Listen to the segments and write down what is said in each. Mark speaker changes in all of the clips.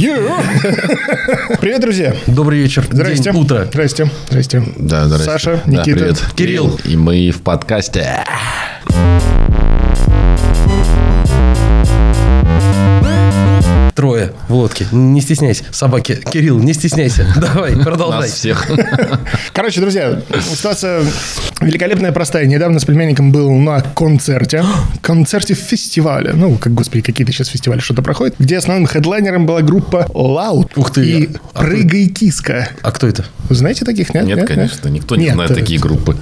Speaker 1: Ю! Привет, друзья.
Speaker 2: Добрый вечер.
Speaker 1: Здрасте.
Speaker 2: День, утро.
Speaker 1: Здрасте. Здрасте.
Speaker 3: Да, здрасте.
Speaker 1: Саша,
Speaker 3: Да,
Speaker 1: Никита.
Speaker 3: привет.
Speaker 2: Кирилл.
Speaker 3: И мы в подкасте.
Speaker 2: Трое в лодке. Не стесняйся. Собаки. Кирилл, не стесняйся. Давай, продолжай.
Speaker 3: Нас всех.
Speaker 1: Короче, друзья, ситуация великолепная, простая. Недавно с племянником был на концерте. Концерте фестиваля. Ну, как, господи, какие-то сейчас фестивали что-то проходит. Где основным хедлайнером была группа Loud.
Speaker 2: Ух ты.
Speaker 1: И
Speaker 2: А ты-
Speaker 1: Прыгай киска.
Speaker 2: А кто это?
Speaker 1: Вы знаете таких? Нет,
Speaker 3: Нет, конечно, никто не
Speaker 1: Нет,
Speaker 3: знает
Speaker 1: э,
Speaker 3: такие группы.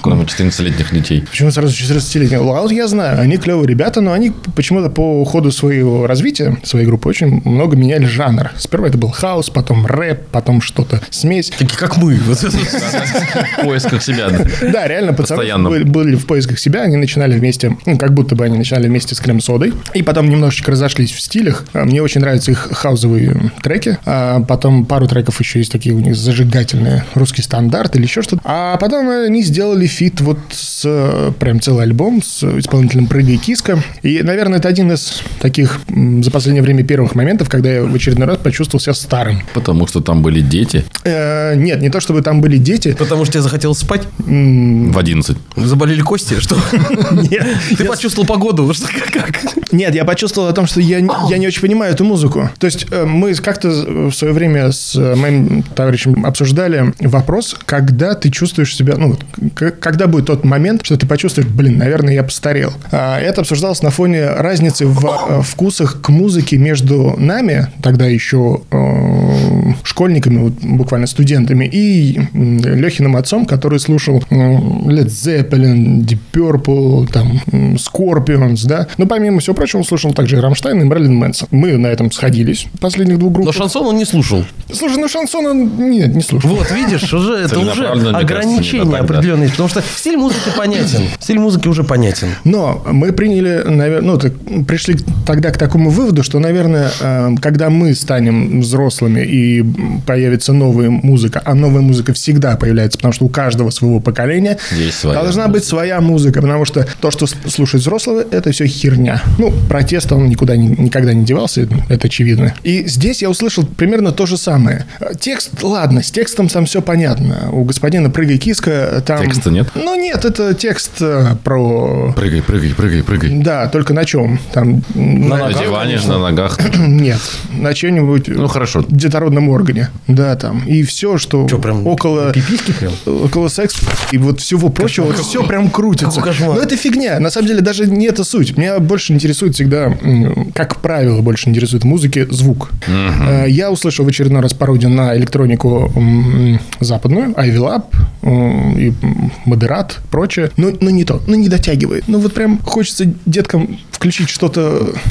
Speaker 3: Кроме 14-летних детей.
Speaker 1: Почему сразу 14-летний? Лаут а я знаю. Они клевые ребята, но они почему-то по ходу своего развития, своей группы, очень много меняли жанр. Сперва это был хаос, потом рэп, потом что-то смесь.
Speaker 2: Такие, как мы. Вот это.
Speaker 3: В поисках себя.
Speaker 1: Да, реально, пацаны
Speaker 3: Постоянно.
Speaker 1: были, были в поисках себя, они начинали вместе, ну, как будто бы они начинали вместе с крем-содой, и потом немножечко разошлись в стилях. А, Мне очень нравятся их хаузовые м, треки, а потом пару треков еще есть такие у них зажигательные, русский стандарт или еще что-то. А потом они сделали фит вот с э, прям целый альбом с исполнителем «Прыгай, киска». И, наверное, это один из таких м, за последнее время первых моментов, когда я в очередной раз почувствовал себя старым.
Speaker 3: Потому что там были дети
Speaker 1: Э, нет, не то чтобы там были дети.
Speaker 2: Потому что тебе захотелось спать?
Speaker 3: в 11.
Speaker 2: Заболели кости? Что?
Speaker 1: Нет,
Speaker 2: Ты почувствовал погоду? Что, как- как?
Speaker 1: Нет, я почувствовал о том, что я, не- я не очень понимаю эту музыку. То есть э, мы как-то в свое время с э, моим товарищем обсуждали вопрос, когда ты чувствуешь себя, ну, вот, к- когда будет тот момент, что ты почувствуешь, блин, наверное, я постарел. А, это обсуждалось на фоне разницы в э, вкусах к музыке между нами, тогда еще э, школьниками, вот, буквально студентами, и м, Лехиным отцом, который слушал м, Led Zeppelin, Deep Purple, там, м, Scorpions, да. Но помимо всего прочего, он слушал также и Рамштайн, и Мерлин Мэнсон. Мы на этом сходились в последних двух
Speaker 2: Но
Speaker 1: группах.
Speaker 2: шансон он не слушал.
Speaker 1: Слушай, ну шансон он... Нет, не слушал.
Speaker 2: Вот, видишь, уже это уже
Speaker 3: Целенаправленно, мне кажется,
Speaker 2: ограничения
Speaker 3: именно так, да.
Speaker 2: определенные. Потому что стиль музыки понятен. Стиль музыки уже понятен.
Speaker 1: Но мы приняли, наверное, ну, так, пришли тогда к такому выводу, что, наверное, э, когда мы станем взрослыми и м, появится новая музыка, а новая музыка всегда появляется, потому что у каждого своего поколения
Speaker 3: Есть своя
Speaker 1: должна
Speaker 3: музыка.
Speaker 1: быть своя музыка, потому что то, что с- слушают взрослые, это все херня. Ну, протест, он никуда не- никогда не девался, это- это очевидно. И здесь я услышал примерно то же самое. Э, Текст, ладно, с текстом там все понятно. У господина «Прыгай, киска» э, там...
Speaker 3: Текста нет?
Speaker 1: Ну, нет, это текст э, про
Speaker 3: Прыгай, прыгай, прыгай, прыгай.
Speaker 1: да, только на чем? Там м, на-
Speaker 2: На
Speaker 3: На
Speaker 2: ногах,
Speaker 3: диване, на ногах.
Speaker 1: нет, на чем-нибудь
Speaker 3: Ну, хорошо.
Speaker 1: детородном органе. Да, там. И все, что,
Speaker 2: Что, прям
Speaker 1: около,
Speaker 2: пиписьки прям? Типа,
Speaker 1: около секса и вот всего прочего, все прям крутится.
Speaker 2: какой кошмар.
Speaker 1: Но это фигня. На самом деле даже не это суть. Меня больше интересует всегда, м, как правило, больше интересует в музыке звук. Э, Я услышал в очередной раз пародию на электронику м, западную, Ivy Lab, м, и м, Модерат, прочее. Но, но не то. Ну, не дотягивает. Ну, вот прям хочется деткам включить что-то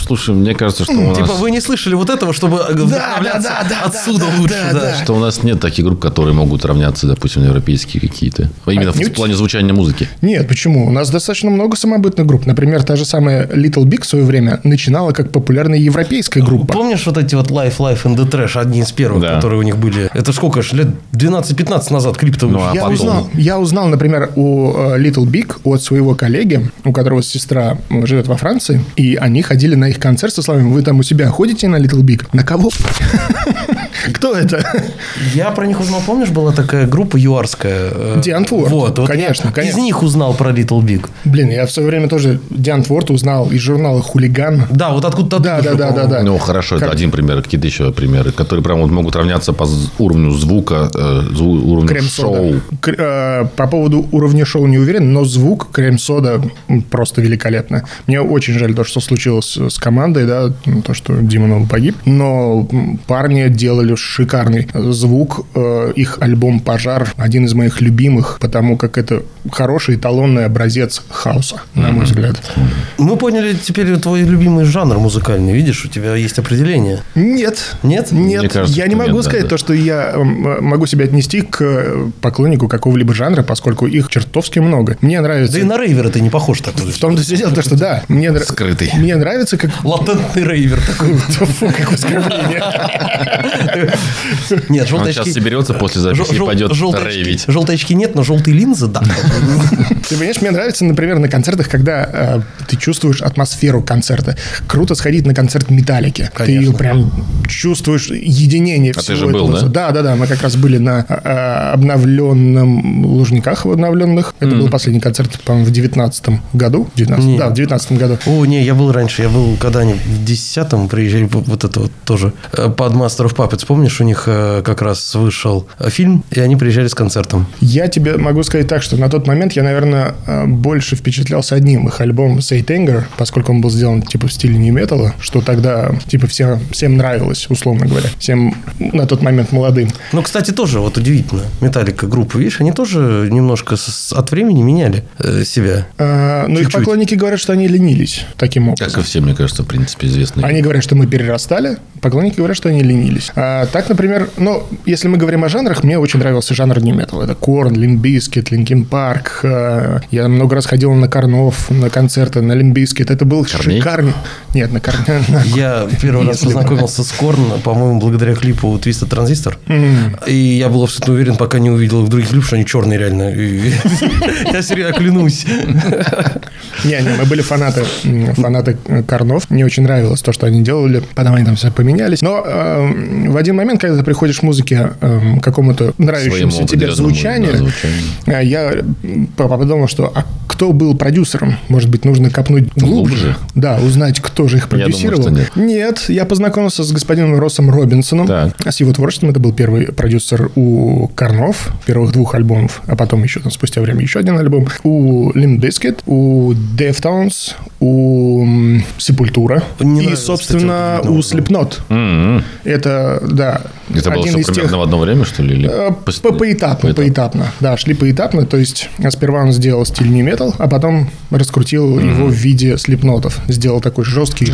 Speaker 3: Слушай, мне кажется, что у
Speaker 2: Типа
Speaker 3: нас...
Speaker 2: вы не слышали вот этого, чтобы вдохновляться
Speaker 1: да, да,
Speaker 2: отсюда
Speaker 1: да,
Speaker 2: лучше.
Speaker 1: да,
Speaker 2: да.
Speaker 1: да.
Speaker 3: Что у нас нет таких групп, которые могут равняться, допустим, на европейские какие-то. Именно в
Speaker 1: Отнюдь.
Speaker 3: плане звучания музыки.
Speaker 1: Нет, почему? У нас достаточно много самобытных групп. Например, та же самая Little Big в свое время начинала как популярная европейская группа.
Speaker 2: Помнишь вот эти вот Life, Life and the Trash, одни из первых,
Speaker 3: Да.
Speaker 2: которые у них были? Это ж сколько ж, лет 12-15 назад крипто
Speaker 3: Ну, а
Speaker 1: Я
Speaker 3: потом-
Speaker 1: узнал, я узнал, например, у э, Little Big от своего коллеги, у которого сестра м, живет во Франции, и они ходили на их концерт со словами «Вы там у себя ходите на Little Big?» На кого? Кто это?
Speaker 2: Я про них узнал, помнишь, была такая группа юарская? э,
Speaker 1: Diant World.
Speaker 2: Вот, вот
Speaker 1: Конечно,
Speaker 2: я
Speaker 1: конечно.
Speaker 2: Из них узнал про Little Big.
Speaker 1: Блин, я в свое время тоже Диан Творд узнал из журнала «Хулиган».
Speaker 2: Да, вот откуда-то...
Speaker 1: Да, да,
Speaker 2: оттуда,
Speaker 1: да, да,
Speaker 2: по-моему.
Speaker 1: да.
Speaker 3: Ну, хорошо, это
Speaker 1: Э, Как-
Speaker 3: один пример. а Какие-то еще примеры, которые прям вот могут равняться по з- уровню звука, э, зву- уровню
Speaker 1: Крем-сода.
Speaker 3: шоу.
Speaker 1: Кр- э, по поводу уровня шоу не уверен, но звук крем-сода м, просто великолепно. Мне очень жаль то, что случилось с командой, да, м, то, что Дима Нова погиб. Но м, парни делали шикарный э, звук. Э, Их альбом «Пожар» один из моих любимых, потому как это хороший эталонный образец хаоса, на мой взгляд.
Speaker 2: Мы поняли теперь твой любимый жанр музыкальный. Видишь, у тебя есть определение.
Speaker 1: Нет.
Speaker 2: Нет?
Speaker 1: Нет,
Speaker 3: Мне кажется,
Speaker 1: я не
Speaker 3: что
Speaker 1: могу
Speaker 3: нет, да,
Speaker 1: сказать
Speaker 3: да.
Speaker 1: то, что я м, могу себя отнести к э, поклоннику какого-либо жанра, поскольку их чертовски много. Мне нравится...
Speaker 2: Да и на рейвера ты не похож такой.
Speaker 1: В том-то все дело, то, что да, мне, нра-
Speaker 3: Скрытый.
Speaker 1: мне нравится, как...
Speaker 2: Латентный рейвер такой.
Speaker 1: Фу, как оскорбление.
Speaker 2: Ты Нет,
Speaker 3: Он
Speaker 2: желтые
Speaker 3: сейчас
Speaker 2: очки...
Speaker 3: соберется после
Speaker 2: жел-
Speaker 3: записи и
Speaker 2: жел-
Speaker 3: пойдет
Speaker 2: желтые очки-
Speaker 3: рейвить.
Speaker 2: Желтые очки нет, но желтые линзы, да.
Speaker 1: Ты понимаешь, мне нравится, например, на концертах, когда э, ты чувствуешь атмосферу концерта. Круто сходить на концерт Металлики. Ты
Speaker 2: Конечно.
Speaker 1: ее прям чувствуешь единение. всего
Speaker 3: А же был,
Speaker 1: этого. Да, да, да. Мы как раз были на э, э, обновленном Лужниках, в обновленных. Это был последний концерт, по-моему, в девятнадцатом году. 19,
Speaker 2: Не.
Speaker 1: Да, в девятнадцатом году.
Speaker 2: О, не, я был раньше, я был, когда они в 10-м приезжали, вот- вот это вот тоже, э, под Master of Puppets, помнишь, у них э, как раз вышел э, фильм, и они приезжали с концертом.
Speaker 1: Я тебе могу сказать так, что на тот момент я, наверное, э, больше впечатлялся одним их альбомом Say Anger, поскольку он был сделан типа в стиле нью-металла, что тогда типа всем, всем нравилось, условно говоря, всем на тот момент молодым.
Speaker 2: Ну, кстати, тоже вот удивительно, Металлика группа, видишь, они тоже немножко с- с- от времени меняли э, себя.
Speaker 1: Э, Но их
Speaker 2: Чуть-чуть.
Speaker 1: поклонники говорят, что они ленились таким
Speaker 3: Как и
Speaker 1: образом.
Speaker 3: все, мне кажется, в принципе, известные.
Speaker 1: Они говорят, что мы перерастали, поклонники говорят, что они ленились. А, так, например, ну, если мы говорим о жанрах, мне очень нравился жанр нью метал. Это Корн, Лимбискет, Линкин Парк. э, я много раз ходил на Корнов, на концерты, на Лимбискет. Это был
Speaker 3: Корней?
Speaker 1: шикарный... Нет, на Корн... на-
Speaker 2: Я первый раз
Speaker 1: Если бы.
Speaker 2: познакомился с Корн, по-моему, благодаря клипу «Твиста Транзистор». И я был абсолютно уверен, пока не увидел их других клипов, что они черные реально. И- Я серьезно клянусь.
Speaker 1: Не, не, мы были фанаты, м, фанаты э, Корнов. Мне очень нравилось то, что они делали. Потом они там все поменялись. Но эм, в один момент, когда ты приходишь к музыке эм, к какому-то нравящемуся
Speaker 3: Своему
Speaker 1: тебе
Speaker 3: определенному,
Speaker 1: звучанию,
Speaker 3: да, звучанию.
Speaker 1: э, я м, по- подумал, что а кто был продюсером? Может быть, нужно копнуть глубже?
Speaker 3: Глубже?
Speaker 1: Да, узнать, кто же их
Speaker 3: Я думаю,
Speaker 1: продюсировал.
Speaker 3: что нет.
Speaker 1: Нет, я познакомился с господином Россом Робинсоном.
Speaker 3: Так.
Speaker 1: С его творчеством это был первый продюсер у Корнов, первых двух альбомов, а потом еще там спустя время еще один альбом. У Limp Bizkit, у Deftones, у м, Sepultura
Speaker 2: Не
Speaker 1: и,
Speaker 2: нравится,
Speaker 1: собственно,
Speaker 2: кстати,
Speaker 1: у
Speaker 2: вот этот
Speaker 1: Slipknot.
Speaker 3: М-м.
Speaker 1: Это, да,
Speaker 3: Это было
Speaker 1: один
Speaker 3: все
Speaker 1: из
Speaker 3: примерно
Speaker 1: тех...
Speaker 3: в одно время, что ли? или
Speaker 1: э,
Speaker 3: пос-
Speaker 1: по- Поэтапно, поэтапно. Да, шли поэтапно. То есть а сперва он сделал стиль не метал, а потом раскрутил его в виде слепнотов. Сделал такой жесткий,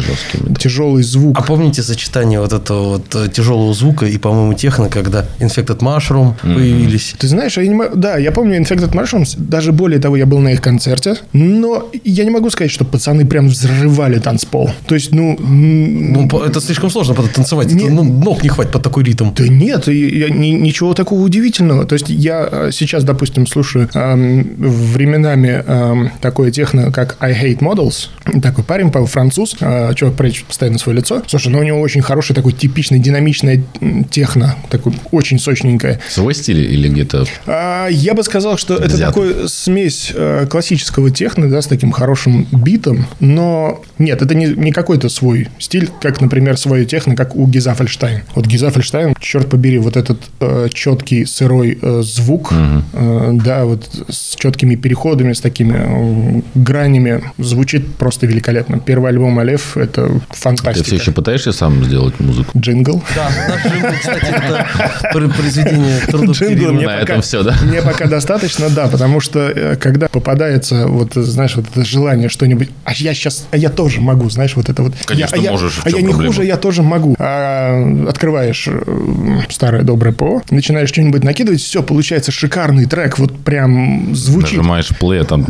Speaker 1: тяжелый звук.
Speaker 2: А помните сочетание вот этого вот э, тяжелого звука и, по-моему, техно, когда Infected Mushroom появились?
Speaker 1: Ты знаешь, я не мо- да, я помню Infected Mushrooms, даже более того, я был на их концерте, но я не могу сказать, что пацаны прям взрывали танцпол. То есть, ну, м,
Speaker 2: Ну, по- это слишком сложно потом танцевать. Это,
Speaker 1: Не-
Speaker 2: ну, ног не хватит под такой ритм.
Speaker 1: Да нет, и я- ни- ничего такого удивительного. То есть я э, сейчас, допустим, слушаю эм, временами эм, такое техно, как I Hate Models. Такой парень, по француз, э, чувак прячет постоянно свое лицо. Слушай, ну у него очень хороший такой типичный динамичное м, техно, такой очень сочненькое.
Speaker 3: Свой стиль или где-то...
Speaker 1: А, я бы сказал, что это
Speaker 3: Взятый.
Speaker 1: такой смесь э, классического техно, да, с таким хорошим битом, но нет, это не, не какой-то свой стиль, как, например, свое техно, как у Гиза Фольштайн. Вот Гиза Фольштайн, черт побери, вот этот э, четкий сырой э, звук, э, да, вот с четкими переходами, с такими э, гранями, звучит просто великолепно. Первый альбом Алеф – это
Speaker 3: Ты все
Speaker 1: фантастика.
Speaker 3: еще пытаешься сам сделать музыку?
Speaker 1: Джингл.
Speaker 2: Да, наш джингл, кстати, это пр- произведение трудов
Speaker 1: Джингл
Speaker 2: Кирилла.
Speaker 1: мне
Speaker 3: На
Speaker 1: пока-
Speaker 3: этом все, да?
Speaker 1: Мне пока достаточно, да, потому что э, когда попадается, вот, э, знаешь, вот это желание что-нибудь, а я сейчас, а я тоже могу, знаешь, вот это вот.
Speaker 3: Конечно,
Speaker 1: я, а я-
Speaker 3: можешь, в
Speaker 1: А я
Speaker 3: чем
Speaker 1: не
Speaker 3: проблема?
Speaker 1: хуже, я тоже могу. А, открываешь э, старое доброе ПО, начинаешь что-нибудь накидывать, все, получается шикарный трек, вот прям звучит.
Speaker 3: Нажимаешь плей, а там...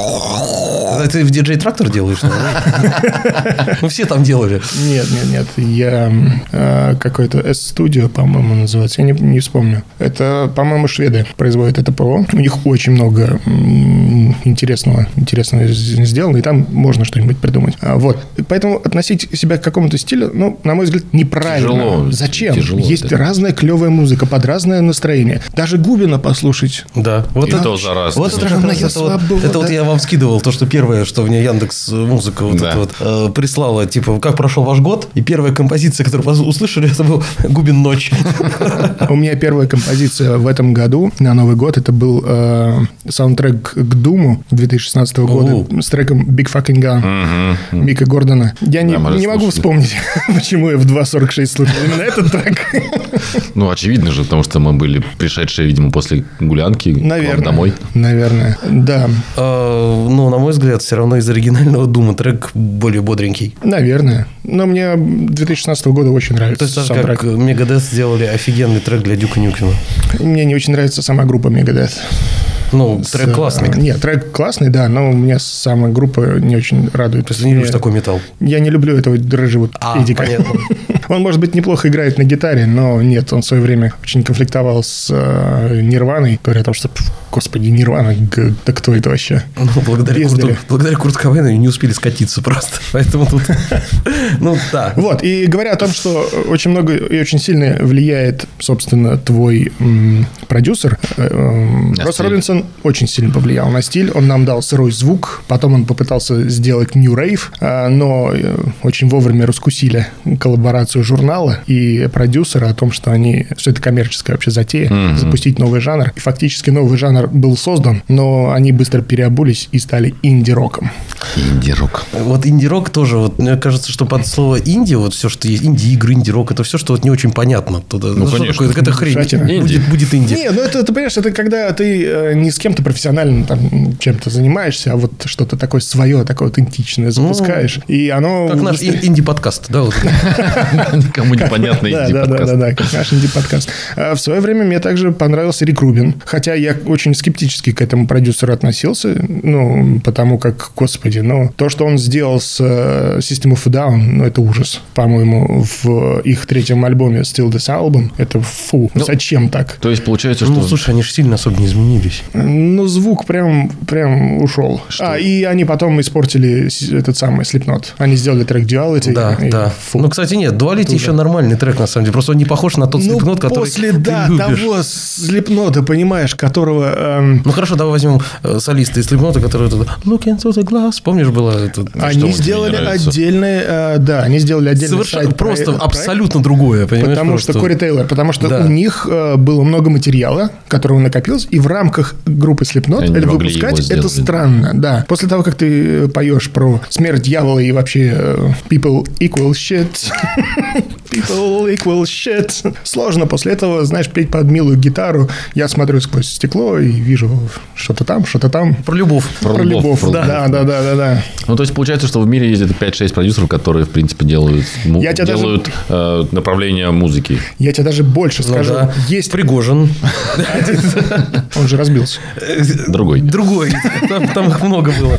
Speaker 2: А Ты в диджей трактор делаешь? наверное? Ну, все там делали.
Speaker 1: Нет, нет, нет, я м, э, какой-то S-Studio, по-моему, называется, я не, не вспомню. Это, по-моему, шведы производят это ПО. У них очень много м, интересного, интересного з- сделано, и там можно что-нибудь придумать. А, вот, И поэтому относить себя к какому-то стилю, ну, на мой взгляд, неправильно.
Speaker 3: Тяжело,
Speaker 1: Зачем?
Speaker 3: тяжело,
Speaker 1: Есть
Speaker 3: да.
Speaker 1: разная клевая музыка под разное настроение. Даже Губина послушать.
Speaker 2: Да, вот
Speaker 3: И
Speaker 2: это
Speaker 3: то за раз.
Speaker 2: Вот это, как
Speaker 1: Страна
Speaker 2: раз это, вот,
Speaker 1: слабого,
Speaker 2: это вот
Speaker 1: да.
Speaker 2: я вам скидывал то, что первое, что мне Яндекс э, Музыка вот
Speaker 3: Да.
Speaker 2: это вот э, прислала, типа, как прошел ваш год, и первая композиция, которую вас услышали, это был Губин ночь.
Speaker 1: А У меня первая композиция в этом году на Новый год. Это был э, саундтрек к Думу 2016 года
Speaker 2: Оу.
Speaker 1: с треком Big Fucking Gun Мика Гордона. Я не,
Speaker 3: Да, мы
Speaker 1: не могу
Speaker 3: слушали.
Speaker 1: вспомнить, почему я в 2.46 слушал именно этот трек.
Speaker 3: Ну, очевидно же, потому что мы были пришедшие, видимо, после гулянки к вам
Speaker 1: Наверное.
Speaker 3: домой.
Speaker 1: Наверное. Да,
Speaker 2: Э, Ну, на мой взгляд, все равно из оригинального Дума трек более бодренький.
Speaker 1: наверное. Но мне 2016 года очень нравится
Speaker 2: То есть, даже
Speaker 1: саундтрек.
Speaker 2: как Мегадес сделали офигенный трек для Дюка Нюкина.
Speaker 1: Мне не очень нравится сама группа Megadeth.
Speaker 2: Ну,
Speaker 1: С,
Speaker 2: трек классный.
Speaker 1: э,
Speaker 2: То
Speaker 1: Нет, трек классный, да, но мне сама группа не очень радует.
Speaker 2: есть, ты не любишь
Speaker 1: Я-
Speaker 2: такой металл.
Speaker 1: Я не люблю этого рыжего
Speaker 2: А,
Speaker 1: Эдика.
Speaker 2: понятно.
Speaker 1: Он, может быть, неплохо играет на гитаре, но нет, он в свое время очень конфликтовал с э, Нирваной, говоря о том, что, «Пф, господи, Нирвана, г- да кто это вообще?
Speaker 2: Ну, благодаря,
Speaker 1: Пиздали.
Speaker 2: Курту, благодаря Курту Кобейну не успели скатиться просто. Поэтому тут... Ну, да.
Speaker 1: Вот, и говоря о том, что очень много и очень сильно влияет, собственно, твой м, продюсер, э, эм,
Speaker 3: На
Speaker 1: Росс
Speaker 3: стиль.
Speaker 1: Робинсон очень сильно повлиял на стиль. Он нам дал сырой звук, потом он попытался сделать New Rave, а, но э, очень вовремя раскусили коллаборацию журнала и продюсера о том, что они... Что это коммерческая вообще затея, запустить новый жанр. И фактически новый жанр был создан, но они быстро переобулись и стали инди-роком.
Speaker 3: Инди-рок.
Speaker 2: Вот инди-рок тоже, вот, мне кажется, что под слово инди, вот все, что есть, инди-игры, инди-рок, это все, что вот не очень понятно оттуда. Ну,
Speaker 3: конечно.
Speaker 2: Что такое? Так это
Speaker 1: Шатина.
Speaker 2: хрень. Будет, будет инди.
Speaker 1: Не, ну это, ты понимаешь, это когда ты э, не с кем-то профессионально там чем-то занимаешься, а вот что-то такое свое, такое аутентичное запускаешь. И оно...
Speaker 2: Ну, Как наш
Speaker 1: быстрее-
Speaker 2: ин- инди-подкаст, да? вот.
Speaker 3: Никому непонятный
Speaker 1: да, да, да, да,
Speaker 3: инди-подкаст.
Speaker 1: да, как наш инди-подкаст. А В свое время мне также понравился Рик Рубин, хотя я очень скептически к этому продюсеру относился, ну, потому как, господи, ну, то, что он сделал с э, System of a Down, ну, это ужас, по-моему, в их третьем альбоме Still This Album, это фу, зачем так?
Speaker 3: То есть получается, что...
Speaker 2: Ну, слушай, они же сильно особо не изменились.
Speaker 1: Ну, звук прям, прям ушел. А, и они потом испортили с- этот самый слепнот. Они сделали трек Duality.
Speaker 2: Да,
Speaker 1: и-
Speaker 2: да.
Speaker 1: фу.
Speaker 2: Ну, кстати, нет, Дуалити еще нормальный трек, на самом деле. Просто он не похож на тот
Speaker 1: Ну,
Speaker 2: слепнот, который
Speaker 1: после,
Speaker 2: ты
Speaker 1: да,
Speaker 2: любишь.
Speaker 1: того слепнота, понимаешь, которого... эм,
Speaker 2: Ну хорошо, давай возьмем э, солиста из Слепнота, который тут look into the glass. Помнишь, было это?
Speaker 3: что
Speaker 1: они
Speaker 3: вот тебе
Speaker 1: сделали
Speaker 3: не нравится?
Speaker 1: отдельный... э, да, они сделали отдельный
Speaker 2: Совершенно,
Speaker 1: сайт,
Speaker 2: просто
Speaker 1: проект-
Speaker 2: абсолютно другое, понимаешь?
Speaker 1: Потому что
Speaker 2: просто.
Speaker 1: Кори Тейлор, потому что
Speaker 2: Да.
Speaker 1: у них э, было много материала, которого накопилось, и в рамках группы Слепнот
Speaker 3: Они не
Speaker 1: это
Speaker 3: могли его
Speaker 1: выпускать, это
Speaker 3: сделать.
Speaker 1: странно, да. После того, как ты э, поешь про смерть дьявола и вообще э, people equal shit, people equal shit, сложно после этого, знаешь, петь под милую гитару. Я смотрю сквозь стекло и вижу что-то там, что-то там.
Speaker 2: Про любовь. Ну
Speaker 3: Про
Speaker 1: Про
Speaker 3: любовь,
Speaker 1: любовь,
Speaker 3: про
Speaker 1: да,
Speaker 3: любовь.
Speaker 1: да, да, да, да.
Speaker 3: Ну, то есть получается, что в мире есть где-то 5-6 продюсеров, которые, в принципе, делают, му-
Speaker 1: Я тебя даже-
Speaker 3: делают э, направление музыки.
Speaker 1: Я тебе даже больше
Speaker 2: Ну
Speaker 1: скажу.
Speaker 2: да.
Speaker 1: Есть,
Speaker 2: Пригожин.
Speaker 1: он же разбился.
Speaker 3: Другой.
Speaker 2: Другой. Там, там их много было.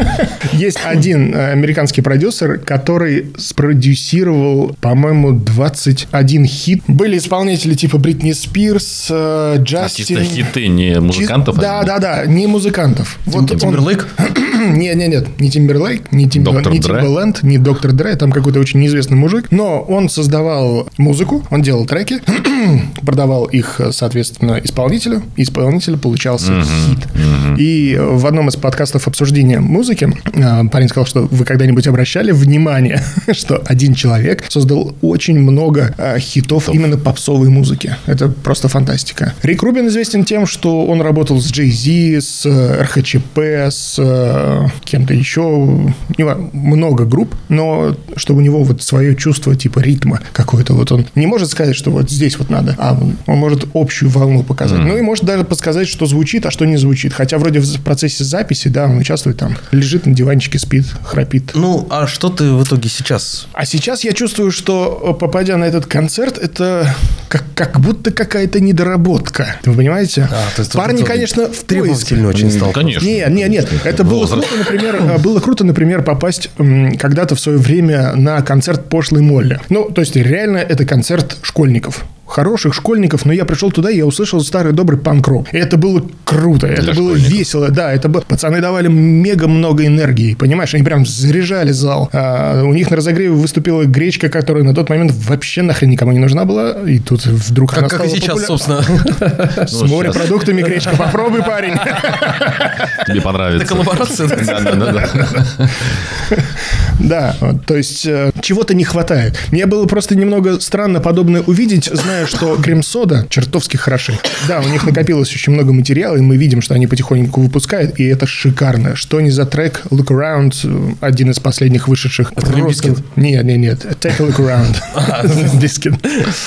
Speaker 1: Есть один э, американский продюсер, который спродюсировал, по-моему, 21 хит. Были исполнители типа Бритни Спирс, э,
Speaker 3: А чисто
Speaker 1: Джастин.
Speaker 3: хиты не
Speaker 1: Чи-
Speaker 3: музыкантов.
Speaker 1: Да,
Speaker 3: а
Speaker 1: да, да, не музыкантов. Вот он-
Speaker 2: Тимберлейк.
Speaker 1: Нет, нет, нет, не Тимберлейк, не, Тимбер...
Speaker 3: Доктор
Speaker 1: не
Speaker 3: Дре.
Speaker 1: Тимберленд, не Доктор Дре, там какой-то очень неизвестный мужик. Но он создавал музыку, он делал треки, продавал их, соответственно, исполнителю. И исполнитель получался хит. И в одном из подкастов обсуждения музыки э, парень сказал, что вы когда-нибудь обращали внимание, что один человек создал очень много э, хитов именно попсовой музыки. Это просто фантастика. Рик Рубин известен тем, что он работал с Jay-Z, с э, РХЧП, с э, кем-то еще. Не ва- Много групп, но что у него вот свое чувство типа ритма какое-то. Вот он не может сказать, что вот здесь вот надо, а он может общую волну показать. Ну и может даже подсказать, что звучит, а что не звучит. Хотя вроде в процессе записи, да, он участвует там. Лежит на диванчике, спит, храпит.
Speaker 2: Ну, а что ты в итоге сейчас?
Speaker 1: А сейчас я чувствую, что э, попадя на этот концерт, это как, как будто какая-то недоработка. Вы понимаете?
Speaker 2: А, то есть вот
Speaker 1: Парни,
Speaker 2: это
Speaker 1: конечно, в поиске.
Speaker 2: Требовательный очень
Speaker 3: Ну,
Speaker 2: стал.
Speaker 3: конечно.
Speaker 1: Нет, нет, нет. Это было
Speaker 3: Возраст.
Speaker 1: круто, например, э, было круто, например, попасть м, когда-то в свое время на концерт пошлой Молли. Ну, то есть, реально, это концерт школьников хороших школьников, но я пришел туда, и я услышал старый добрый панк-рок. И это было круто, это было
Speaker 3: школьников.
Speaker 1: весело, да, это было... Пацаны давали мега много энергии, понимаешь, они прям заряжали зал. А, у них на разогреве выступила гречка, которая на тот момент вообще нахрен никому не нужна была, и тут вдруг она
Speaker 2: Как, как и
Speaker 1: стала
Speaker 2: сейчас,
Speaker 1: популя-
Speaker 2: собственно.
Speaker 1: С морепродуктами гречка, попробуй, парень.
Speaker 3: Тебе понравится.
Speaker 2: Это коллаборация. да?
Speaker 3: Да, да, да, да.
Speaker 1: Да, вот, то есть э, чего-то не хватает. Мне было просто немного странно подобное увидеть, зная, что крем-сода чертовски хороши. Да, у них накопилось очень много материала, и мы видим, что они потихоньку выпускают, и это шикарно. Что не за трек Look Around, э, один из последних вышедших. Просто...
Speaker 2: Лимбискит?
Speaker 1: Нет, нет, нет. Take a look around. Лимбискит.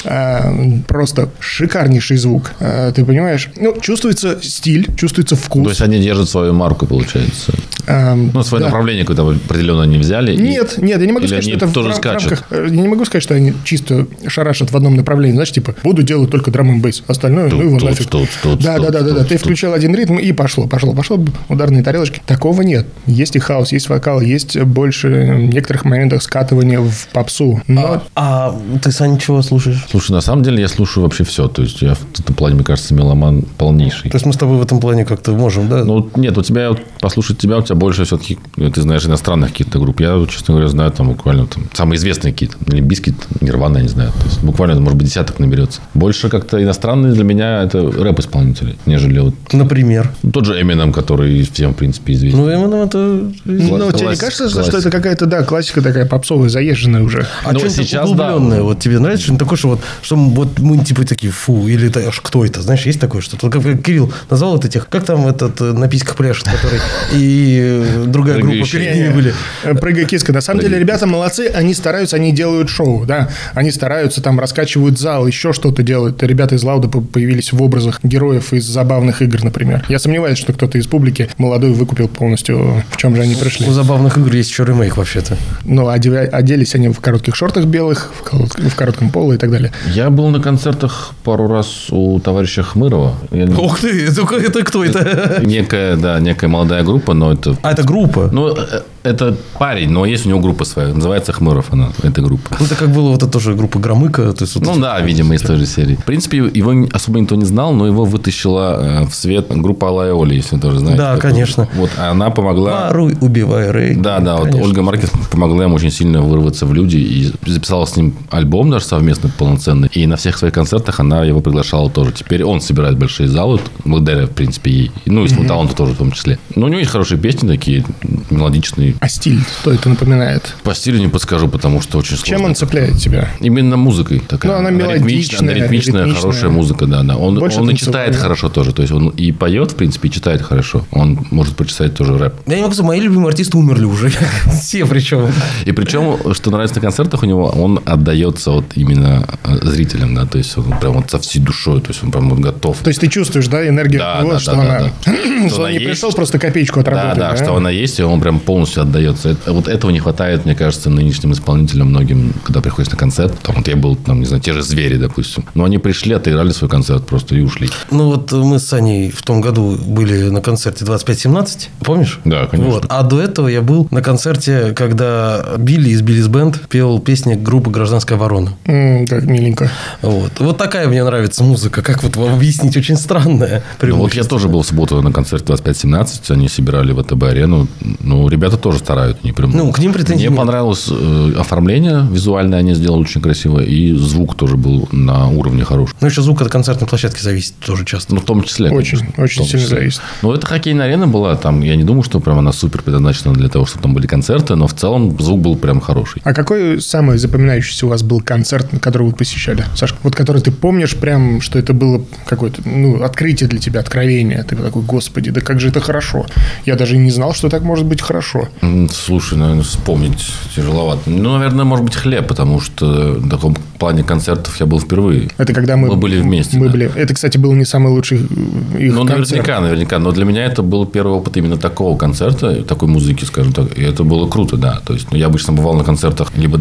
Speaker 1: А, Просто шикарнейший звук. А, Ты понимаешь? Ну, чувствуется стиль, чувствуется
Speaker 3: То есть
Speaker 1: вкус. эм,
Speaker 3: они держат свою марку, получается.
Speaker 1: Ам,
Speaker 3: Ну, свое направление какое-то определенное они взяли. и-
Speaker 1: Нет, нет, я не могу
Speaker 3: Или
Speaker 1: сказать, что
Speaker 3: они
Speaker 1: это в
Speaker 3: тоже
Speaker 1: рам-
Speaker 3: скачут?
Speaker 1: рамках- э, Я не могу сказать, что они чисто шарашат в одном направлении, знаешь, типа типа, буду делать только драм н бейс, остальное, ну его
Speaker 3: Тут,
Speaker 1: нафиг.
Speaker 3: тут, тут,
Speaker 1: Да,
Speaker 3: тут,
Speaker 1: да, да, да, да.
Speaker 3: тут,
Speaker 1: Ты
Speaker 3: тут.
Speaker 1: включил один ритм и пошло, пошло, пошло, ударные тарелочки. Такого нет. Есть и хаос, есть вокал, есть больше в некоторых моментах скатывания в попсу. Но
Speaker 2: А ты, Саня, чего слушаешь?
Speaker 3: Слушай, на самом деле я слушаю вообще все. То есть я в этом плане, мне кажется, меломан полнейший.
Speaker 2: То есть мы с тобой в этом плане как-то можем, да?
Speaker 3: Ну, вот нет, у тебя, вот послушать тебя, у тебя больше все-таки, ты знаешь иностранных каких-то групп. Я, вот, честно говоря, знаю там буквально там, самые известные какие-то, Лимбискит, Нирвана, я не знаю. То есть буквально, может быть, десяток наберется. Больше как-то иностранные для меня это рэп-исполнители, нежели вот
Speaker 2: Например.
Speaker 3: тот же Эмином, который всем, в принципе, известен.
Speaker 2: Ну, Eminem это...
Speaker 1: но
Speaker 3: Класс-
Speaker 1: тебе не
Speaker 3: класс-
Speaker 1: кажется, что- что
Speaker 3: классика.
Speaker 1: это какая-то, да, классика такая попсовая, заезженная уже?
Speaker 2: А
Speaker 3: Ну,
Speaker 2: что-нибудь
Speaker 3: сейчас, да.
Speaker 2: углубленное, вот тебе нравится что-нибудь такое, что вот, что мы- вот мы типа такие, фу, или это, аж кто это, знаешь, есть такое что-то? Вот Как, как Кирилл назвал это тех, как там этот э, на письках пляшет, который и э, другая группа
Speaker 3: Прыгающие.
Speaker 2: перед ними были.
Speaker 1: Э, Прыгай киска. На самом деле, ребята молодцы, они стараются, они делают шоу, да. Они стараются, там раскачивают зал, еще что-то делают. Ребята из Лауда по- появились в образах героев из забавных игр, например. Я сомневаюсь, что кто-то из публики молодой выкупил полностью, в чем же они пришли.
Speaker 2: У забавных игр есть еще ремейк вообще-то.
Speaker 1: Ну, одевя- оделись они в коротких шортах белых, в, колот- в коротком поло и так далее.
Speaker 3: Я был на концертах пару раз у товарища Хмырова. Я не-
Speaker 2: Ух ты, это, это кто это?
Speaker 3: Некая, да, некая молодая группа, но это...
Speaker 2: А, это группа.
Speaker 3: Ну, э, это парень, но есть у него группа своя. Называется Хмыров она, эта группа.
Speaker 2: Ну, это как было вот это тоже группа Громыка. То есть, вот-
Speaker 3: Ну да, видимо,
Speaker 2: типа.
Speaker 3: из той же серии. В принципе, его н- особо никто не знал, но его вытащила э, в свет группа Алая Оли, если тоже знаете.
Speaker 2: Да,
Speaker 3: такую.
Speaker 2: конечно.
Speaker 3: Вот, а она помогла...
Speaker 2: Воруй, убивай, Рэй.
Speaker 3: Да, да, вот
Speaker 2: Конечно.
Speaker 3: Ольга Маркес помогла ему очень сильно вырваться в люди и записала с ним альбом даже совместный полноценный. И на всех своих концертах она его приглашала тоже. Теперь он собирает большие залы, т- благодаря, в принципе, ей. Ну, и своему таланту тоже в том числе. Но у него есть хорошие песни такие, мелодичные.
Speaker 1: А стиль, что это напоминает?
Speaker 3: По стилю не подскажу, потому что очень сложно.
Speaker 1: Чем он цепляет тебя?
Speaker 3: Именно музыкой такая.
Speaker 1: Ну, она
Speaker 3: ритмичная, она
Speaker 1: мелодичная,
Speaker 3: ритмичная,
Speaker 1: ритмичная.
Speaker 3: хорошая музыка, да, да. Он,
Speaker 1: Больше
Speaker 3: он и
Speaker 1: танцевальная.
Speaker 3: читает хорошо тоже. То есть он и поет, в принципе, и читает хорошо. Он может прочитать тоже рэп.
Speaker 2: Я не могу сказать, мои любимые артисты умерли уже. Все причем.
Speaker 3: И причем, что нравится на концертах у него, он отдается вот именно э, зрителям, да, то есть он прям вот со всей душой, то есть он прям вот готов.
Speaker 1: То есть ты чувствуешь, да, энергию
Speaker 3: Да,
Speaker 1: от него,
Speaker 3: да,
Speaker 1: что
Speaker 3: да,
Speaker 1: она...
Speaker 3: да,
Speaker 1: что
Speaker 3: да.
Speaker 1: он
Speaker 3: Что она
Speaker 1: не
Speaker 3: есть.
Speaker 1: пришел, просто копеечку
Speaker 3: Да,
Speaker 1: отработал.
Speaker 3: да, что она есть, и он прям полностью отдается. Это- вот этого не хватает, мне кажется, нынешним исполнителям многим, когда приходишь на концерт. Там вот я был, там, не знаю, те же звери, допустим. Но они пришли, отыграли свой концерт просто и ушли.
Speaker 2: Ну вот мы с Саней в том году были на концерте 25-17, помнишь?
Speaker 3: Да, конечно.
Speaker 2: Вот. А до этого я был на концерте, когда Билли из Биллис Бенд пел песни группы «Гражданская оборона».
Speaker 1: М, Как миленько.
Speaker 2: Вот. Вот такая мне нравится музыка. Как вот вам объяснить? Очень странная.
Speaker 3: Ну, вот я тоже был в субботу на концерте 25-17, они собирали ВТБ-арену. Ну, ребята тоже старают. Они прям...
Speaker 2: Ну, к ним претензий
Speaker 3: Мне
Speaker 2: нет.
Speaker 3: понравилось э, оформление визуальное, они сделали очень красиво, и звук тоже был на уровне хороший.
Speaker 2: Ну, еще звук от концертной площадки зависит тоже часто.
Speaker 3: Ну, в том числе.
Speaker 1: Очень,
Speaker 3: конечно,
Speaker 1: очень
Speaker 3: в том
Speaker 1: сильно зависит.
Speaker 3: Ну, это хоккейная арена была, там, я не думаю, что прям она супер предназначена для того, чтобы там были концерты, но в целом звук был прям хороший.
Speaker 1: А какой самый запоминающийся у вас был концерт, который вы посещали, Сашка? Вот который ты помнишь прям, что это было какое-то, ну, открытие для тебя, откровение. Ты такой, господи, да как же это хорошо. Я даже и не знал, что так может быть хорошо.
Speaker 3: М, Слушай, наверное, вспомнить тяжеловато. Ну, наверное, может быть, хлеб, потому что в таком плане концертов я был впервые.
Speaker 1: Это когда мы...
Speaker 3: Мы были вместе,
Speaker 1: Мы
Speaker 3: да.
Speaker 1: были... Это, кстати, был не самый лучший э, их
Speaker 3: Ну,
Speaker 1: концерт.
Speaker 3: наверняка, наверняка. Но для меня это был первый опыт именно такого концерта, такой музыки, скажем так. И это было круто, да. То есть, ну, я обычно бывал на концертах либо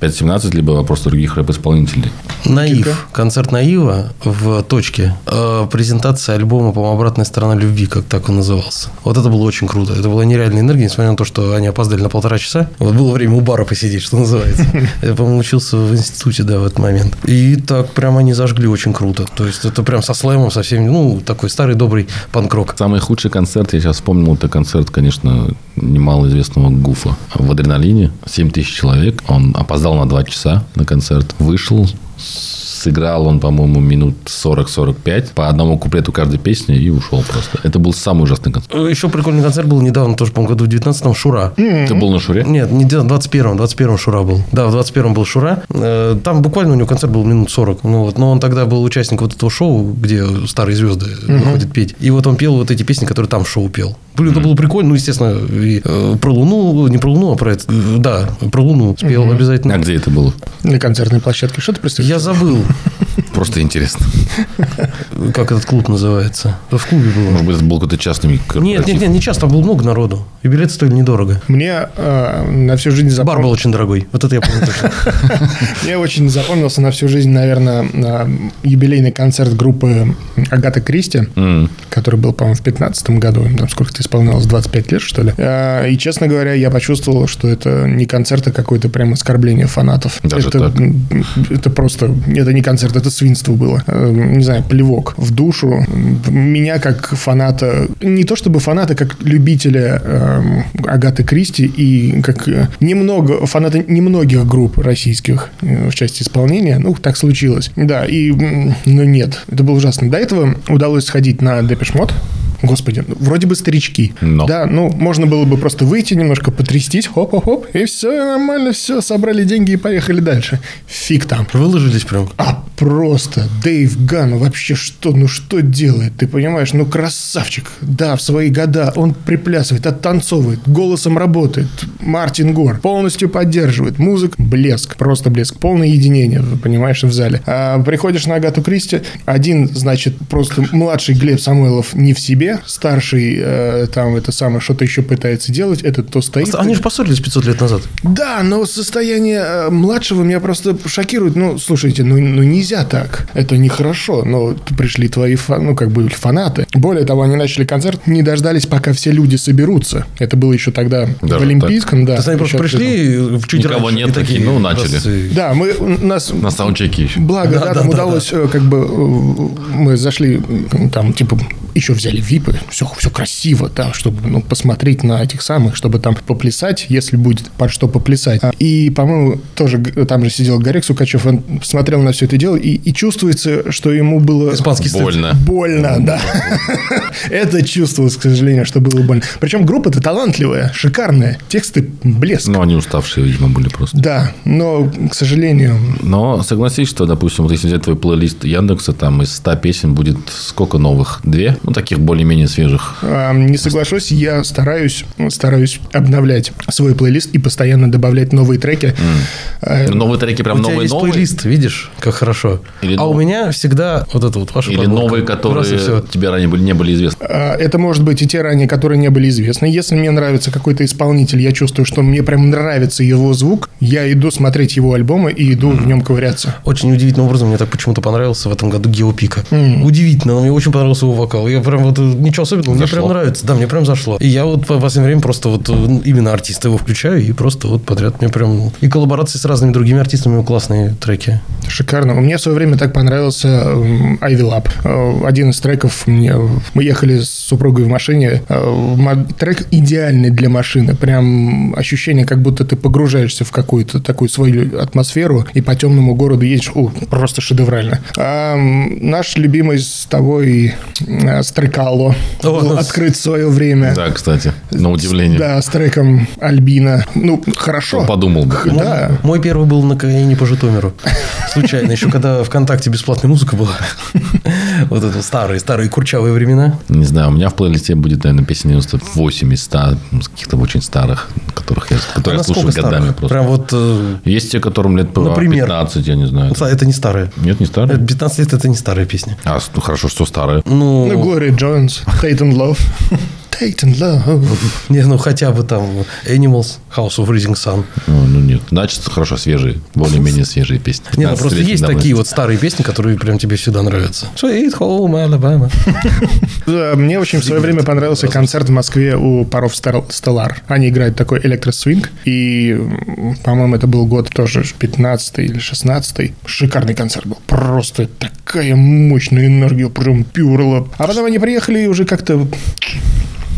Speaker 3: 25-17, либо просто других рэп-исполнителей.
Speaker 2: Наив. Концерт Наива в точке. Э, Презентация альбома, по-моему, «Обратная сторона любви», как так он назывался. Вот это было очень круто. Это была нереальная энергия, несмотря на то, что они опоздали на полтора часа. Вот было время у бара посидеть, что называется. Я, по-моему, учился в институте, да, в этот момент. И так прям они зажгли очень круто. То есть, это прям со слаймом, со всеми, ну, такой старый добрый панк-рок.
Speaker 3: Самый худший концерт, я сейчас вспомнил, это концерт, конечно, немалоизвестного Гуфа в «Адреналине». 7 тысяч человек. Он опоздал на 2 часа на концерт. Вышел, сыграл он, по-моему, минут 40-45 по одному куплету каждой песни и ушел просто. Это был самый ужасный концерт.
Speaker 2: Еще Э, прикольный концерт был недавно, тоже, по-моему, году в 19-м, Шура.
Speaker 3: Ты был на Шуре?
Speaker 2: Нет, не дело, в 21-м, 21-м Шура был. Да, в 21-м был Шура. Э, Там буквально у него концерт был минут 40. Ну, вот, но он тогда был участник вот этого шоу, где старые звезды выходят петь. И вот он пел вот эти песни, которые там в шоу пел. Блин, это было прикольно. Ну, естественно, и, э, про Луну, не про Луну, а про это. э, Да, про Луну спел
Speaker 1: Мгм.
Speaker 2: обязательно.
Speaker 3: А где это было?
Speaker 1: На концертной площадке. Что ты представляешь?
Speaker 2: Я забыл.
Speaker 3: Просто интересно.
Speaker 2: Как этот клуб называется? В клубе было.
Speaker 3: Может быть, это был какой-то частный
Speaker 2: Нет, нет,
Speaker 3: корпоратив.
Speaker 2: нет, не часто, там было много народу. И билеты стоили недорого.
Speaker 1: Мне э, на всю жизнь запом-
Speaker 2: Бар был очень дорогой. Вот это я помню точно.
Speaker 1: Мне очень запомнился на всю жизнь, наверное, э, юбилейный концерт группы Агата Кристи,
Speaker 3: М.
Speaker 1: который был, по-моему, в 15 году. Им Там сколько-то исполнялось, 25 лет, что ли. Э, И, честно говоря, я почувствовал, что это не концерт, а какое-то прям оскорбление фанатов.
Speaker 3: Даже
Speaker 1: это,
Speaker 3: так?
Speaker 1: м, это просто... Это не концерт, это свинство было. Э, Не знаю, плевок в душу. М, Меня как фаната... Не то чтобы фаната, как любителя эм, Агаты Кристи и как э, немного... Фаната немногих групп российских э, в части исполнения. Ну, так случилось. Да, и... м, Но нет, это было ужасно. До этого удалось сходить на Депешмот. Господи, ну, вроде бы старички.
Speaker 3: Но.
Speaker 1: Да, ну, можно было бы просто выйти немножко, потрястись, хоп-хоп-хоп, и все нормально, все, собрали деньги и поехали дальше. Фиг там.
Speaker 2: Выложились прям.
Speaker 1: А просто Дэйв Ган вообще что, ну что делает, ты понимаешь, ну красавчик, да, в свои года он приплясывает, оттанцовывает, голосом работает, Мартин Гор полностью поддерживает, музык, блеск, просто блеск, полное единение, понимаешь, в зале. А приходишь на Агату Кристи, один, значит, просто младший Глеб Самойлов не в себе, старший э, там это самое, что-то еще пытается делать, этот то стоит.
Speaker 2: Они же поссорились 500 лет назад.
Speaker 1: Да, но состояние э, младшего меня просто шокирует. Ну, слушайте, ну, ну нельзя так. Это нехорошо. Но т- пришли твои фа- ну, как бы фанаты. Более того, они начали концерт, не дождались, пока все люди соберутся. Это было еще тогда
Speaker 3: Даже
Speaker 1: в
Speaker 3: так?
Speaker 1: Олимпийском, да.
Speaker 2: То есть они просто
Speaker 1: Еще открыто.
Speaker 2: пришли э, в чуть
Speaker 3: Никого
Speaker 2: раньше.
Speaker 3: нет,
Speaker 2: и
Speaker 3: такие, ну, начали.
Speaker 2: раз, и-
Speaker 1: Да, мы у нас
Speaker 3: На саундчеке еще.
Speaker 1: Благо,
Speaker 2: Да,
Speaker 1: да,
Speaker 2: да,
Speaker 1: там
Speaker 2: да,
Speaker 1: удалось, э, как бы, э, мы зашли, м, там, типа, еще взяли випы, все, все красиво, да, чтобы, ну, посмотреть на этих самых, чтобы там поплясать, если будет под что поплясать. А, И, по-моему, тоже г- там же сидел Гарик Сукачев, он смотрел на все это дело, и, и чувствуется, что ему было...
Speaker 2: Испанский стыд.
Speaker 3: Больно.
Speaker 1: Больно, да. Это чувствовалось, к сожалению, что было больно. Причем группа-то талантливая, шикарная, тексты блеск.
Speaker 3: Ну, они уставшие, видимо, были просто.
Speaker 1: Да, но, к сожалению,
Speaker 3: Но согласись, что, допустим, вот если взять твой плейлист Яндекса, там из 100 песен будет сколько новых? Две? Ну, таких более-менее свежих.
Speaker 1: А, Не соглашусь, я стараюсь, ну, стараюсь обновлять свой плейлист и постоянно добавлять новые треки. Э,
Speaker 3: Ну, Новые треки прям
Speaker 2: у тебя есть
Speaker 3: новые-новые?
Speaker 2: плейлист, видишь, как хорошо.
Speaker 3: Или
Speaker 2: а
Speaker 3: новый.
Speaker 2: у меня всегда вот это вот ваша
Speaker 3: Или
Speaker 2: подборка.
Speaker 3: новые, которые
Speaker 2: Раз и всё.
Speaker 3: тебе ранее были, не были известны?
Speaker 1: а, Это может быть и те ранее, которые не были известны. Если мне нравится какой-то исполнитель, я чувствую, что мне прям нравится его звук, я иду смотреть его альбомы и иду в нем ковыряться.
Speaker 2: Очень удивительным образом мне так почему-то понравился в этом году Геопика. Удивительно, но мне очень понравился его вокал. Я прям вот э, ничего особенного, мне
Speaker 3: Зашло.
Speaker 2: прям нравится. Да, мне прям зашло. И я вот в последнее время просто вот э, именно артиста его включаю и просто вот подряд мне прям... И коллаборации с разными другими артистами у него классные треки.
Speaker 1: Шикарно. Мне в свое время так понравился м, Ivy Lab. Э, Один из треков мне... Мы ехали с супругой в машине. Э, мо- Трек идеальный для машины. Прям ощущение, как будто ты погружаешься в какую-то такую свою атмосферу и по темному городу едешь. О, просто шедеврально. А, м, наш любимый с тобой э, Стрекало
Speaker 2: О,
Speaker 1: был
Speaker 2: с-
Speaker 1: открыт в свое
Speaker 2: Э,
Speaker 1: время.
Speaker 3: Да, кстати, на удивление.
Speaker 1: Да, с треком Альбина. Ну, хорошо.
Speaker 3: Подумал бы.
Speaker 1: Х- Да.
Speaker 2: Мой первый был на кокаине по Житомиру. Случайно, еще когда ВКонтакте бесплатная музыка была. Вот это старые, старые курчавые времена.
Speaker 3: Не знаю, у меня в плейлисте будет, наверное, песен 98 из 100, с каких-то очень старых, которых я, которые я слушаю
Speaker 2: насколько
Speaker 3: годами
Speaker 2: А старых?
Speaker 3: просто.
Speaker 2: Прям вот... э,
Speaker 3: Есть те, которым лет по
Speaker 2: Например?
Speaker 3: 15, я не знаю.
Speaker 2: са- Это не старые.
Speaker 3: Нет, не
Speaker 2: Э,
Speaker 3: старые?
Speaker 2: 15 лет – это не старая песня.
Speaker 3: А, с- ну, хорошо, что старые.
Speaker 1: Ну,
Speaker 2: Ну,
Speaker 1: Глория Джонс, Tate and Love. Tate and Love.
Speaker 2: не, ну хотя бы там Animals, House of Rising Sun.
Speaker 3: Ну, ну, нет. Значит, хорошо, свежие, более-менее свежие песни.
Speaker 2: Не, ну просто
Speaker 3: 15-летней
Speaker 2: есть
Speaker 3: давности.
Speaker 2: такие вот старые песни, которые прям тебе всегда нравятся. Sweet Home Alabama.
Speaker 1: Да, Э, Мне очень в свое время понравился концерт в Москве у паров Стел- Стеллар. Они играют такой электросвинг, и, м, по-моему, это был год тоже 15 или 16 Шикарный концерт был. Просто такая мощная энергия, прям пюрла. А потом они приехали и уже как-то...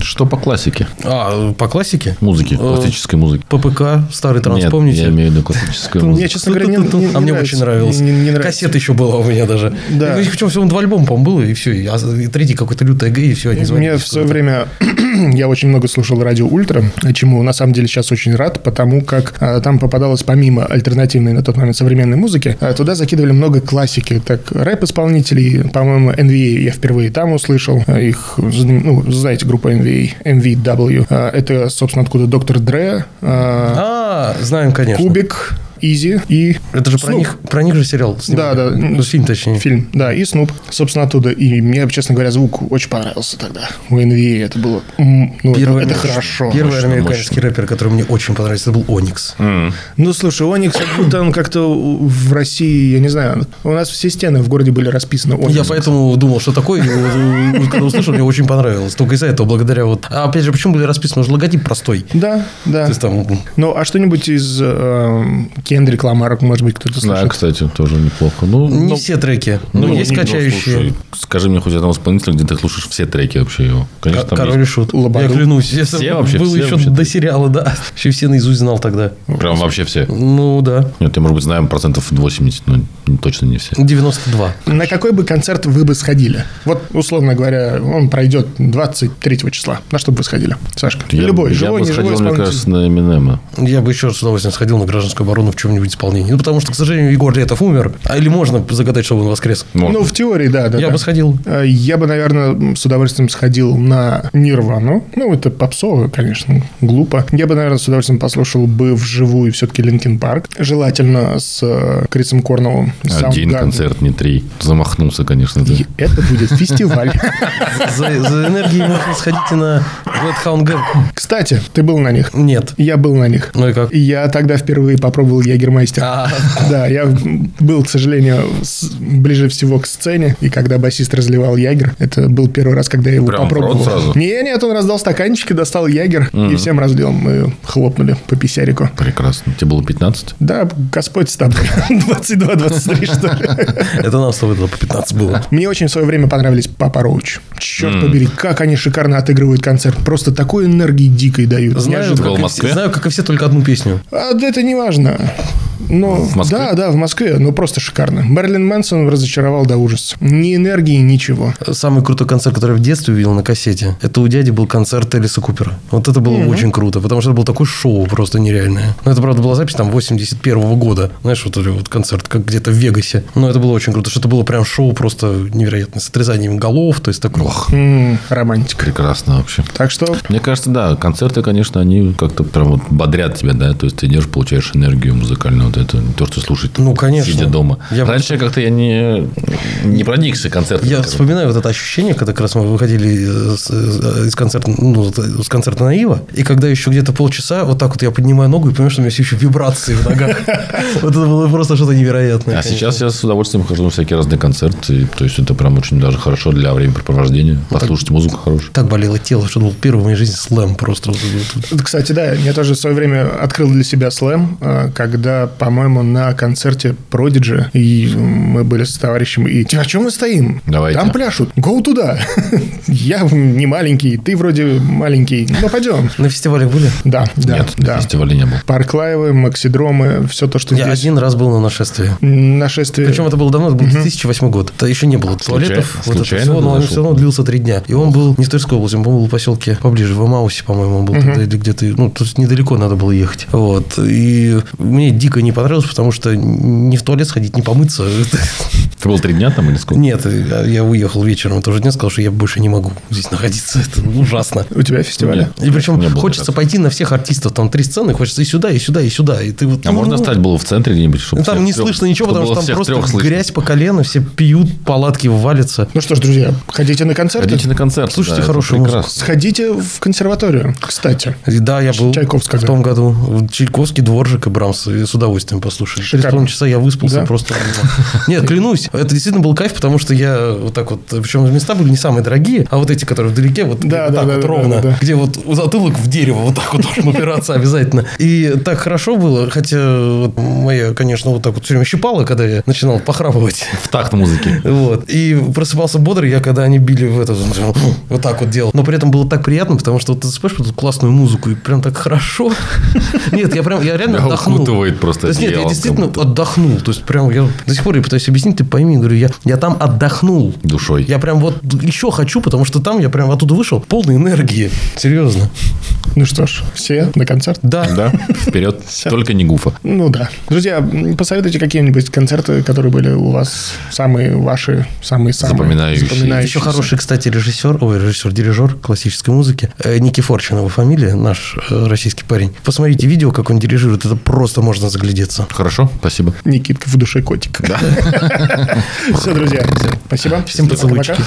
Speaker 3: Что по классике?
Speaker 2: А, по классике?
Speaker 3: Музыки, классической музыки.
Speaker 2: ППК, старый Э, транс,
Speaker 3: Ну. Нет, я
Speaker 2: помните?
Speaker 3: имею в виду классическую
Speaker 1: Мне,
Speaker 3: музыку.
Speaker 1: честно говоря, не, не- не
Speaker 2: а мне
Speaker 1: нравится.
Speaker 2: очень нравилось.
Speaker 1: Не- не- не нравится.
Speaker 2: Кассета еще была у меня даже.
Speaker 1: Да.
Speaker 2: И, причем всего два альбома, по-моему, было, и все. И, а, и третий какой-то лютый эгей, и все, они звонили.
Speaker 1: Мне в свое время я очень много слушал радио Ультра, чему на самом деле сейчас очень рад, потому как а, там попадалось помимо альтернативной на тот момент современной музыки, а, туда закидывали много классики, так рэп-исполнителей, по-моему, NVA я впервые там услышал, а, их, зн- ну, знаете, группа NVA, MVW, А, это, собственно, откуда доктор Дре, а,
Speaker 2: А, знаем, конечно.
Speaker 1: Кубик, Изи и
Speaker 2: Это же про
Speaker 1: Snoop.
Speaker 2: них, про них же сериал
Speaker 1: Да,
Speaker 2: снимали.
Speaker 1: да.
Speaker 2: Ну, фильм, точнее.
Speaker 1: Фильм, да, и Снуп, собственно, оттуда. И мне, честно говоря, звук очень понравился тогда. У NVA это было... м, Ну, это- это,
Speaker 2: амер-
Speaker 1: хорошо.
Speaker 2: Первый
Speaker 3: мощно,
Speaker 2: американский рэпер, который мне очень понравился, это был Оникс.
Speaker 1: Ну, слушай, Оникс, как будто он как-то у- в России, я не знаю, у нас все стены в городе были расписаны Ониксом.
Speaker 2: Я поэтому думал, что такое, и вот, э, когда услышал, мне очень понравилось. Только из-за этого, благодаря вот... А опять же, почему были расписаны? Потому что логотип простой.
Speaker 1: Да, да.
Speaker 2: То есть там... м,
Speaker 1: Ну, а что-нибудь из э, Кендрик Ламарок, может быть, кто-то
Speaker 3: Да,
Speaker 1: слышит?
Speaker 3: кстати, тоже неплохо. Ну,
Speaker 2: Не
Speaker 3: ну,
Speaker 2: все треки, но
Speaker 3: ну,
Speaker 2: есть
Speaker 3: ну,
Speaker 2: качающие.
Speaker 3: слушай, скажи мне хоть одного исполнителя, где ты слушаешь все треки вообще его. Конечно, там
Speaker 2: Король и
Speaker 3: есть.
Speaker 2: шут.
Speaker 1: Лободу.
Speaker 2: Я клянусь, я
Speaker 3: Все
Speaker 2: сам
Speaker 3: вообще,
Speaker 2: был
Speaker 3: все
Speaker 2: еще
Speaker 3: вообще
Speaker 2: до
Speaker 3: треки.
Speaker 2: сериала, да. Вообще все наизусть знал тогда.
Speaker 3: Прям вообще все.
Speaker 2: Ну да.
Speaker 3: Нет, я, может быть, знаем процентов 80, но не- точно не все.
Speaker 2: 92.
Speaker 1: На какой бы концерт вы бы сходили? Вот, условно говоря, он пройдет 23 числа. На что бы вы сходили, Сашка?
Speaker 3: Я-
Speaker 1: Любой,
Speaker 3: я
Speaker 1: живой,
Speaker 3: бы
Speaker 1: не живой
Speaker 3: сходил, мне
Speaker 1: исполнитель.
Speaker 3: кажется, на Эминема.
Speaker 2: Я бы еще раз с удовольствием сходил на гражданскую оборону в чем-нибудь исполнении. Ну, потому что, к сожалению, Егор Летов умер. А или можно загадать, чтобы он воскрес?
Speaker 1: Ну, в теории, да, да.
Speaker 2: Я
Speaker 1: да.
Speaker 2: бы сходил.
Speaker 1: Э, Я бы, наверное, с удовольствием сходил на Нирвану. Ну, это попсово, конечно, глупо. Я бы, наверное, с удовольствием послушал бы вживую все-таки Линкин Парк. Желательно с э, Крисом Корновым.
Speaker 3: Один
Speaker 1: Soundgarden.
Speaker 3: концерт, не три. Замахнулся, конечно, ты.
Speaker 1: И Это будет фестиваль.
Speaker 2: За, за энергией можно сходить и на Bloodhound Gang.
Speaker 1: Кстати, ты был на них.
Speaker 2: Нет.
Speaker 1: Я был на них.
Speaker 2: Ну и как?
Speaker 1: Я тогда впервые попробовал ягермайстер.
Speaker 2: А,
Speaker 1: Да, я был, к сожалению, с- ближе всего к сцене, и когда басист разливал ягер, это был первый раз, когда я его
Speaker 3: Прям в рот
Speaker 1: попробовал.
Speaker 3: сразу?
Speaker 1: Не, нет, он раздал стаканчики, достал ягер и всем разлил. Мы хлопнули по писярику.
Speaker 3: Прекрасно. Тебе было 15?
Speaker 1: Да, Господь с тобой. 22-23, что ли.
Speaker 2: это нам с тобой было по 15 было.
Speaker 1: Мне очень в свое время понравились Папа Роуч. Черт побери, как они шикарно отыгрывают концерт. Просто такой энергии дикой дают.
Speaker 2: Знаю,
Speaker 1: Неожиданно.
Speaker 3: был в
Speaker 2: как, и
Speaker 3: Москве?
Speaker 2: все, знаю, как и все, только одну песню.
Speaker 1: А, да это не важно. Но,
Speaker 3: В Москве?
Speaker 1: Да, да, в Москве, но просто шикарно. Мерлин Мэнсон разочаровал до ужаса. Ни энергии, ничего.
Speaker 2: Самый крутой концерт, который я в детстве увидел на кассете, это у дяди был концерт Элиса Купера. Вот это было очень круто, потому что это было такое шоу просто нереальное. Но это, правда, была запись там 81 года. Знаешь, вот этот вот концерт, как где-то в Вегасе. Но это было очень круто, что это было прям шоу просто невероятное, с отрезанием голов, то есть такое.
Speaker 1: М, романтика.
Speaker 3: Прекрасно вообще.
Speaker 1: Так что
Speaker 3: Мне кажется, да, концерты, конечно, они как-то прям вот бодрят тебя, да, то есть ты идешь, получаешь энергию музыкальную, вот это не то, что слушать,
Speaker 2: Ну, конечно.
Speaker 3: сидя дома.
Speaker 2: Я-
Speaker 3: Раньше как-то я не, не проникся концертом.
Speaker 2: Я
Speaker 3: скажем.
Speaker 2: вспоминаю вот это ощущение, когда как раз мы выходили с- э, из концерта, ну, с- с концерта Наива, и когда еще где-то полчаса вот так вот я поднимаю ногу и понимаю, что у меня все еще вибрации в ногах. Вот это было просто что-то невероятное.
Speaker 3: А
Speaker 2: конечно.
Speaker 3: сейчас я с удовольствием хожу на всякие разные концерты, то есть это прям очень даже хорошо для
Speaker 2: Ну,
Speaker 3: времяпрепровождения, послушать музыку хорошую.
Speaker 2: Так болело тело, что это был первый в моей жизни слэм просто. Вот, вот,
Speaker 1: Кстати, да, я тоже в свое время открыл для себя слэм, э, когда, по-моему, на концерте Продиджи, и мы были с товарищем, и «Тя, «А чем мы стоим?
Speaker 3: Давайте».
Speaker 1: Там пляшут, гоу туда. Я не маленький, ты вроде маленький, ну пойдем.
Speaker 2: На фестивале были?
Speaker 1: Да, да,
Speaker 3: Нет,
Speaker 1: да.
Speaker 3: фестиваля не было.
Speaker 1: Парклаевы, Максидромы, все то, что
Speaker 2: Я
Speaker 1: здесь.
Speaker 2: один раз был на нашествии.
Speaker 1: Нашествие.
Speaker 2: Причем это было давно, это был 2008 год. Это еще не было туалетов, вот это
Speaker 3: случайно
Speaker 2: все, но он
Speaker 3: нашел?
Speaker 2: все равно длился три дня. И он был не в Тверской области, он был в поселке поближе, в Амаусе, по-моему, он был тогда, или где-то, ну, тут недалеко надо было ехать. Вот. И мне дико не понравилось, потому что не в туалет сходить, не помыться.
Speaker 3: Ты был три дня там или сколько?
Speaker 2: Нет, я уехал вечером этого же дня, сказал, что я больше не могу здесь находиться. Это ужасно.
Speaker 1: У тебя фестиваль?
Speaker 3: Нет.
Speaker 2: И причем
Speaker 3: Не было
Speaker 2: хочется
Speaker 3: такого.
Speaker 2: пойти на всех артистов, там три сцены, хочется и сюда, и сюда, и сюда. И ты вот,
Speaker 3: А можно
Speaker 2: ну,
Speaker 3: стать было в центре где-нибудь? чтобы
Speaker 2: ну, Там
Speaker 3: всех
Speaker 2: не
Speaker 3: трех-
Speaker 2: слышно ничего,
Speaker 3: чтобы
Speaker 2: потому что
Speaker 3: было
Speaker 2: там
Speaker 3: всех
Speaker 2: просто
Speaker 3: трех слышно?
Speaker 2: грязь по колено, все пьют, палатки валятся.
Speaker 1: Ну что ж, друзья, ходите на концерты.
Speaker 3: Ходите на концерт.
Speaker 2: Слушайте
Speaker 3: да, это
Speaker 2: хорошую музыку.
Speaker 3: прекрасно.
Speaker 1: Сходите в консерваторию, кстати.
Speaker 2: И Да, я был
Speaker 1: Чайковский,
Speaker 2: в
Speaker 1: да.
Speaker 2: том году. в Чайковский, Дворжик и Брамс. И с удовольствием послушали. Через
Speaker 1: Шикарно.
Speaker 2: полчаса часа я выспался
Speaker 1: Да?
Speaker 2: просто. Нет, клянусь. Это действительно был кайф, потому что я вот так вот... Причем места были не самые дорогие, а вот эти, которые вдалеке, вот
Speaker 1: Да,
Speaker 2: вот
Speaker 1: да,
Speaker 2: так
Speaker 1: да,
Speaker 2: вот
Speaker 1: да,
Speaker 2: ровно.
Speaker 1: да, да.
Speaker 2: Где вот затылок в дерево вот так вот должен упираться обязательно. И так хорошо было. Хотя вот моя, конечно, вот так вот все время щипала, когда я начинал похрапывать.
Speaker 3: В такт музыки.
Speaker 2: Вот. И просыпался бодрый, я когда они били в этот, вот так вот делал. Но при этом было так приятно, потому что вот ты спишь под эту классную музыку, и прям так хорошо. Нет, я прям, я реально
Speaker 3: Да,
Speaker 2: отдохнул.
Speaker 3: укутывает просто
Speaker 2: То есть, нет, я
Speaker 3: одеялом
Speaker 2: действительно отдохнул. То есть, прям я до сих пор я пытаюсь объяснить, ты пойми, времени, говорю, я, я там отдохнул.
Speaker 3: Душой.
Speaker 2: Я прям вот еще хочу, потому что там я прям оттуда вышел полный энергии. Серьезно.
Speaker 1: Ну что ж, все на концерт?
Speaker 2: Да.
Speaker 3: Да, вперед. Только не гуфа.
Speaker 1: Ну да. Друзья, м, посоветуйте какие-нибудь концерты, которые были у вас самые ваши, самые-самые.
Speaker 3: Запоминающие.
Speaker 2: Еще хороший, кстати, режиссер, ой, режиссер, дирижер классической музыки, э, Ники Форчин его фамилия, наш э, российский парень. Посмотрите видео, как он дирижирует, это просто можно заглядеться.
Speaker 3: Хорошо, спасибо.
Speaker 1: Никитка в душе котик.
Speaker 3: Да.
Speaker 1: Все, друзья, спасибо.
Speaker 2: Всем поцелуйчики.
Speaker 1: Пока-пока.